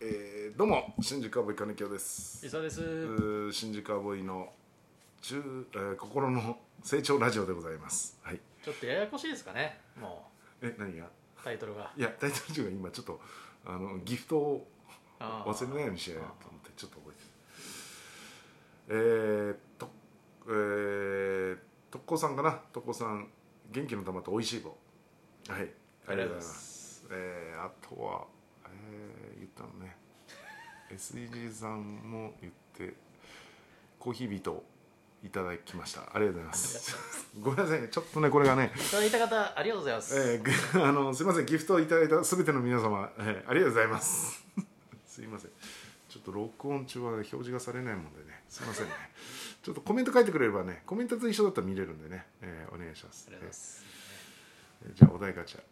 えー、どうも新宿アボイ金京です磯ですうー新宿アボイの中、えー心の成長ラジオでございますはいちょっとややこしいですかねもえ何がうタイトルがいやタイトル中が今ちょっとあのギフトをあー忘れないようにしようと思ってちょっと覚えてるえー、っとえー、特攻さんかな特攻さん元気の玉と美味しい棒はいありがとうございますえー、あとはえー、言ったのね SDG さんも言ってコーヒービートいただきましたありがとうございますごめんなさいねちょっとねこれがねいただいた方ありがとうございます、えーぐ、あのすみませんギフトをいただいたすべての皆様、えーありがとうございますすいませんちょっと録音中は表示がされないもんでねすいませんねちょっとコメント書いてくれればねコメントと一緒だったら見れるんでね、えーお願いしますありがとうございます、えーじゃあお題ガチャ、い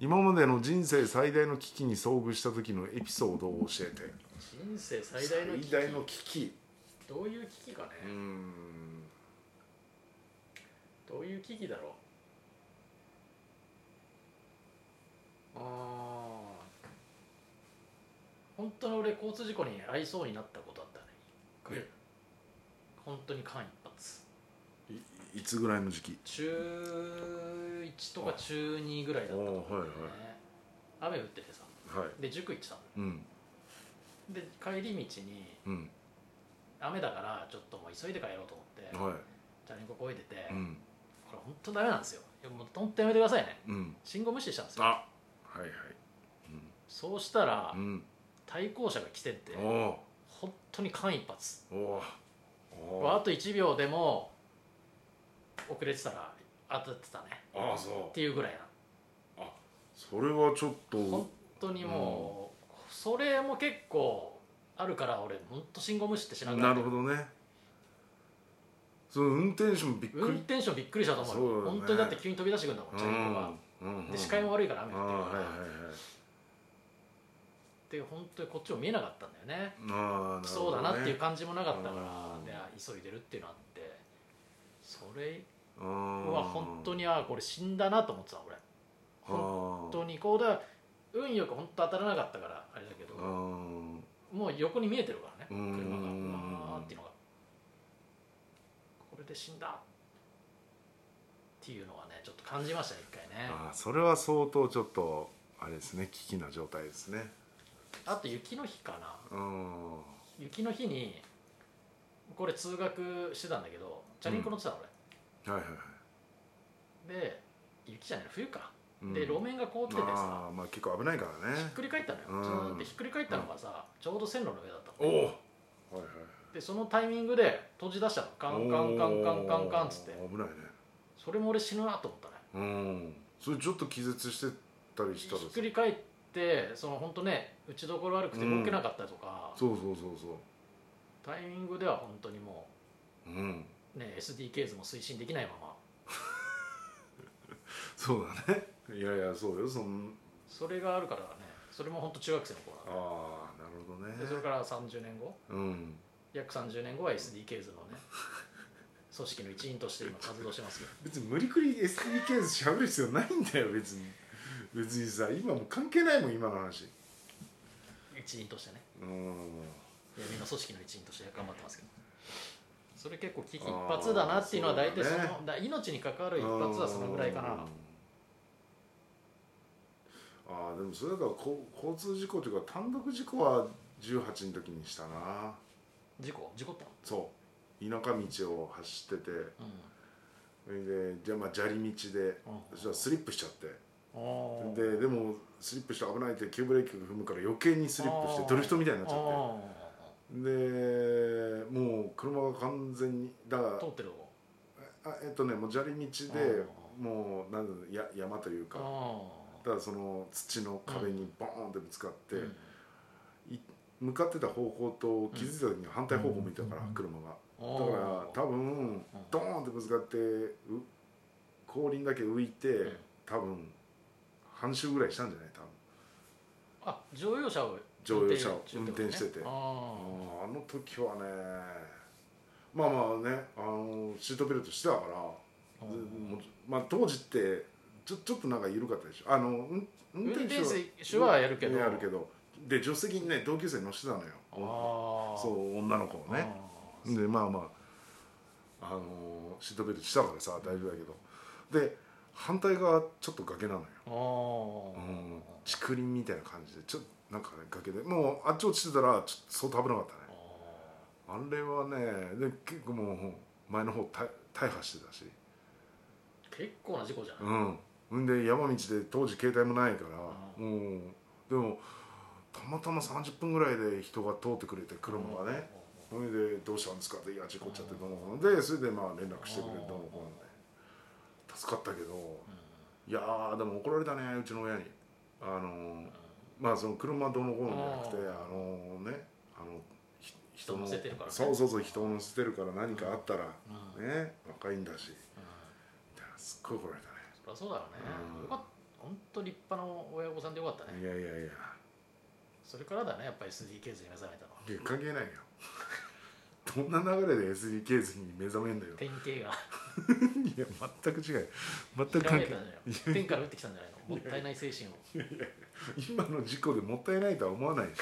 今までの人生最大の危機に遭遇した時のエピソードを教えて人生最大の危機最大の危機どういう危機かね、うーんどういう危機だろうあー本当の俺交通事故に遭いそうになったことあったね一回え本当に間一髪いいつぐらいの時期中1とか中2ぐらいだったと思うんだよね、雨降っててさはいで塾行ってたのうんで帰り道にうん雨だからちょっともう急いで帰ろうと思って、はチャリンコこいでて、いうんこれ本当ダメなんですよいやもう本当やめてくださいねうん信号無視したんですよあはいはいそうしたら、うん対向車が来てってうんお本当に間一髪ーおーおあーと1秒でも遅れてたら当たってたねああっそうていうぐらいそれはちょっな本と当にもう、それも結構あるから俺本当信号無視ってしなくなるほどねその運転手もびっ運くり転手もびっくりしたと思うよそうだね本当にだって急に飛び出してくるんだもんチャリンコが、うんで視界も悪いからあ雨あ降ってるはいから、はいで本当にこっちも見えなかったんだよねはいああなるほどねそうだなっていう感じもなかったから、うんであ急いでるっていうのあってそれあは本当ににあこれ死んだなと思ってた俺本本当にこうだ運よく本当当たらなかったからあれだけどもう横に見えてるからねう車んがうわーっていうのがこれで死んだっていうのはねちょっと感じましたね一回ねああそれは相当ちょっとあれですね危機な状態ですねあと雪の日かなうん雪の日にこれ通学してたんだけどチャリンコ乗ってたのはいはいはい俺、で雪じゃないの冬か、うんで路面が凍っててさああまあ結構危ないからねひっくり返ったのよ、うんずーっとひっくり返ったのがさ、ちょうど線路の上だったおおのはいはいでそのタイミングで閉じ出したのカンカンカンカンカンカンっつっておー危ないねそれも俺死ぬなと思ったねうんそれちょっと気絶してたりしひたらさっくり返ってその本当ね打ちどころ悪くて動けなかったとか、そうそうそうそタイミングでは本当にもううんうね SD ケースも推進できないままそうだねいやいやそうよそんそれがあるからねそれも本当中学生の頃ああなるほどねでそれから30年後うん約30年後は SDKs の ね組織の一員として今活動してますけど別に無理くり SDK しゃべる必要ないんだよ別に別にさ今もう関係ないもん今の話一員としてねうん闇の組織の一員として頑張ってますけどそれ結構危機一発だなっていうのは大体そのあーそうだ命に関わる一発はそのぐらいかうんなああでもそれだからこ交通事故というか単独事故は18の時にしたな事故事故ったのそう田舎道を走っててうそれでじゃあまあ砂利道でん、うん、そしたらスリップしちゃってあーででもスリップして危ないって急ブレーキ踏むから余計にスリップしあてードリフトみたいになっちゃっあてでもう車が完全にだかーら通ってるとこあえっとねもう砂利道であもうなんだろうや山というあかーただその土の壁にボーンってぶつかって、うん向かってた方向と気づいた時に反対方向向いてたから、うん車があだから多分ドーンってぶつかってう後輪だけ浮いて、ーうん多分半周ぐらいしたんじゃない多分あ乗用車を乗用車を中ことね運転しててああーーあの時はねまあまあねあのシートベルトしてたから、あーずもうまあ、当時ってちょちょっとなんか緩かったでしょあのうん運運転転手は手はやるけどやるけどで助手席にね同級生乗せてたのよああそう女の子をねあーでまあまあ、あのーシートベルトしたからさ大丈夫だけどで反対側ちょっと崖なのよ、あーうん、竹林みたいな感じでちょっとなんかね崖でもうあっち落ちてたらちょっと相当危なかったねああれはねで結構もう前の方大大破してたし、ー結構な事故じゃない、うん、んで山道で当時携帯もないからうもうでもたまたま30分ぐらいで人が通ってくれて車がねそれで「どうしたんですか?」って「いや事故っちゃってどうのこうの」でそれでまあ連絡してくれてどうのこうので助かったけどうんいやーでも怒られたねうちの親にあのーまあその車どうのこうのじゃなくてうあのーねあのひ人乗せてるからねそうそうそう人を乗せてるから何かあったらうんうんうんね若いんだしみたいなすっごい怒られたねそりゃそうだろうね、うんよかっ本当立派な親御さんでよかったね、いやいやいやそれからだねやっぱ SDKs に目覚めたのはいや関係ないよ どんな流れで SDK 図に目覚めん だよ典型がいや全く違う全く 関係ひらめいたなんいじゃないの天から降ってきたんじゃないのもったいない精神を今の事故でもったいないとは思わないでし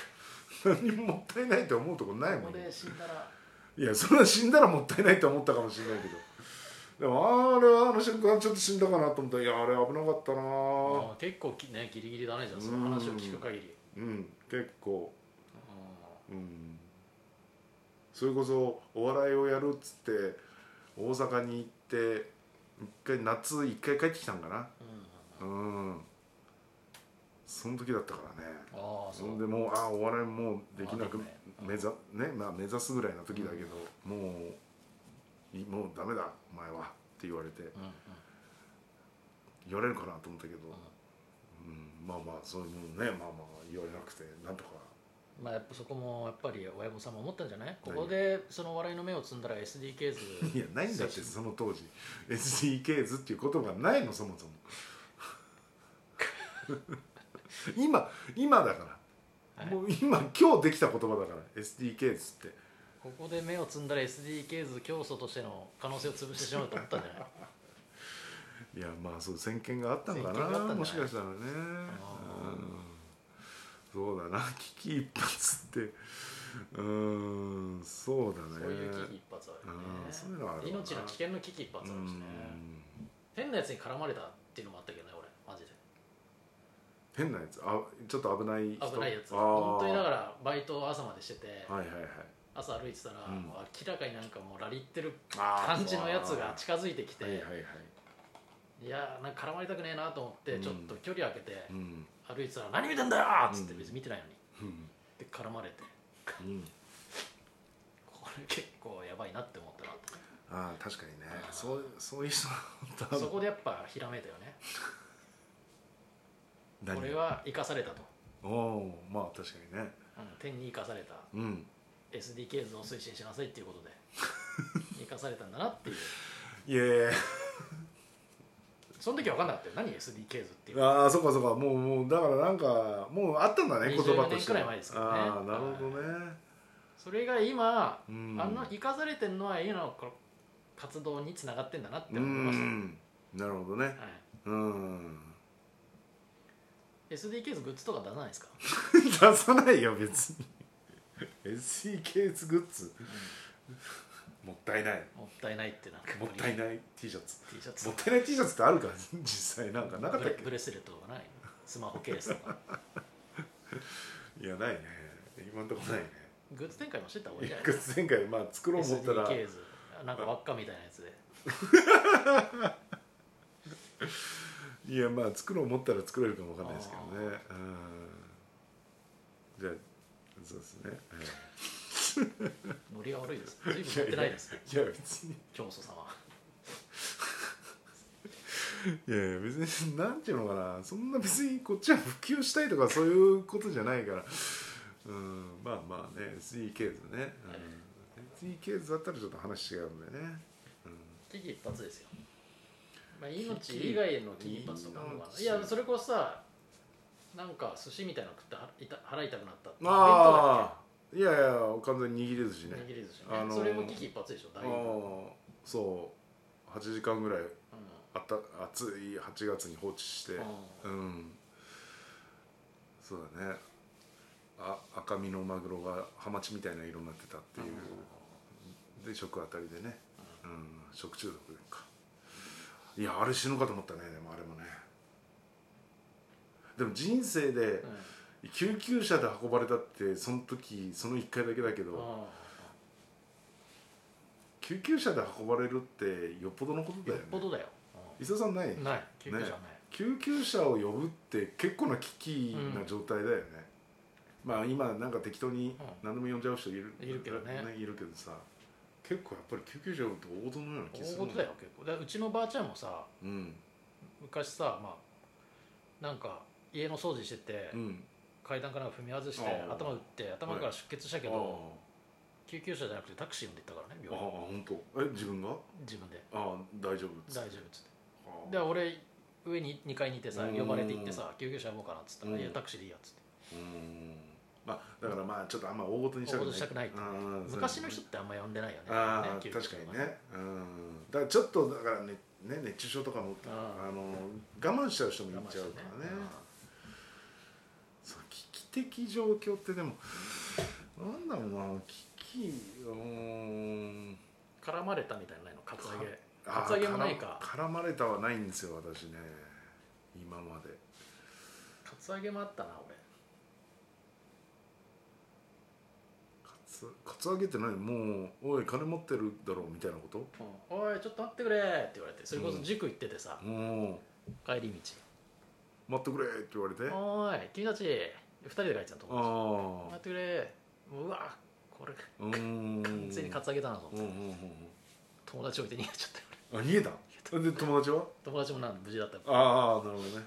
ょ何ももったいないと思うとこないもこんこで死んだらいやそれは死んだらもったいないと思ったかもしれないけどでもあれはあの瞬間ちょっと死んだかなと思ったらいやあれ危なかったなぁうん結構きねギリギリだねじゃあうんその話を聞く限りうん結構ううんそれこそお笑いをやるっつって大阪に行って一回夏一回帰ってきたんかなんうんうんその時だったからねああそそんうでもうああお笑いもうできなくまあできない目ざ、ねまあ、目指すぐらいの時だけど、もういもうダメだお前はって言われてうんうん言われるかなと思ったけど、うんまあまあそういうのねまあまあ言われなくてなんとかまあやっぱそこもやっぱり親御さんも思ったんじゃないこ何こでその笑いの目を摘んだら SDKs いやないんだってそうその当時 SDK 図っていう言葉がないのそもそも 今今だから、はいもう今今日できた言葉だから SDK 図ってここで目を摘んだら SDKs 教祖としての可能性を潰してしまうと思ったんじゃないいやまあそう先見があったんか先見があったなんじゃないもしかしたらねあうんそうだな危機一髪ってうんそうだ ねそういう危機一髪はあるようんそういうのはあるねわな命の危険の危機一髪あるしねうん変なやつに絡まれたっていうのもあったけどね俺マジで変なやつあちょっと危ない人危ないやつあー本当にだからバイトを朝までしててはいはいはい朝歩いてたら、うんもう明らかになんかもうラリってるあー感じのやつが近づいてきて、はいいはいはいやーなんか絡まれたくねえなと思って、うんちょっと距離開けてうん歩いてたら「何見てんだよ!」っつってうん別に見てないのに、うんで絡まれてうんこれ結構やばいなって思ったなとああ確かにねそうそういう人は本当そこでやっぱひらめいたよね何俺は生かされたと、おおーまあ確かにねうん天に生かされたうん SDK 図を推進しなさいっていうことで 生かされたんだなっていういやいやいやその時は分かんなかったよ何 SDK 図っていうああそっかそっかもうもうだからなんかもうあったんだね言20葉として年くらい前ですけどねああなるほどね、それが今うんあの生かされてるのは A のこの活動につながってんだなってう思いました、んなるほどねはい、うん SDKs グッズとか出さないですか、出さないよ別に SEKS グッズもったいないもったいないってなんかもったいないない T シャツ T シャ ツもったいない T シャツってあるか実際なんかなかったブっレブレスレットとかないスマホケースとかけいやないね今んとこないねグッズ展開もしてた方がいいいんじやゃないグッズ前回まあ作ろう思ったら SDKs なんか輪っかみたいなやつでいやまあ作ろう思ったら作れるかもわかんないですけどねうんじゃあそうですね、ノリが悪いです随分乗ってないですねいや別に教祖様いやいや別になんていうのかなそんな別にこっちは普及したいとかそういうことじゃないからうんまあまあね SDKs ね、うん SDKs だったらちょっと話違うんでね、危機一髪ですよ、まあ、命以外の危機一髪とかの方がいやそれこそさなんか寿司みたいなの食っては痛腹痛くなったってああいやいや完全に握り寿司弁当だっけね握り寿司ね、あのーそれも危機一髪でしょあだいぶあそう8時間ぐらいうんあった暑い8月に放置してあうんそうだねあ赤身のマグロがハマチみたいな色になってたっていうで食あたりでね、うん、食中毒かいやあれ死ぬかと思ったねでもあれもねでも人生でうん救急車で運ばれたってその時その1回だけだけど、あ救急車で運ばれるってよっぽどのことあだよっよぽねどだよ伊沢さんないうんない救急車ね救急車を呼ぶって結構な危機な状態だよね、まあ今なんか適当に何でも呼んじゃう人いる、うんいるけどねいるけどさ結構やっぱり救急車呼ぶと大事のような気する大の事だよ結構だからうちのばあちゃんもさうん昔さまあなんか家の掃除してて、うん階段から踏み外してああ頭打って頭から出血したけああど、救急車じゃなくてタクシー呼んで行ったからねああ病院本当え自分が自分でああ大丈夫っつっ大て丈夫っつってああで俺上に2階にいてさうん呼ばれて行ってさ救急車呼ぼうかなっつったらう「んいやタクシーでいいや」っつってうんまあだからまあちょっとあんま大ごとにしたくない大事したくないってうん昔の人ってあんま呼んでないよねああ救ー急確車かはにね、うん、だからちょっとだからねね熱中症とかもあーあの我慢しちゃう人もいっ我慢しちてゃうねからねそう危機的状況ってでもなんだろうな危機うーんうん絡まれたみたいなのないのカツアゲあーカツアゲもないか絡まれたはないんですよ私ね今までカツアゲもあったな俺カツカツアゲって何もうおい金持ってるだろうみたいなこと「おいちょっと待ってくれ」って言われてそれこそ塾行っててさも帰り道う待ってくれって言われて「あおーい君たち2人で帰っちゃうとあ思う待ーってくれ」もううわこれうーん完全にカツアゲだなと思っうんてうんうん友達置いて逃げちゃったようんあ逃げたで友達は友達もなんか無事だったよああなるほどね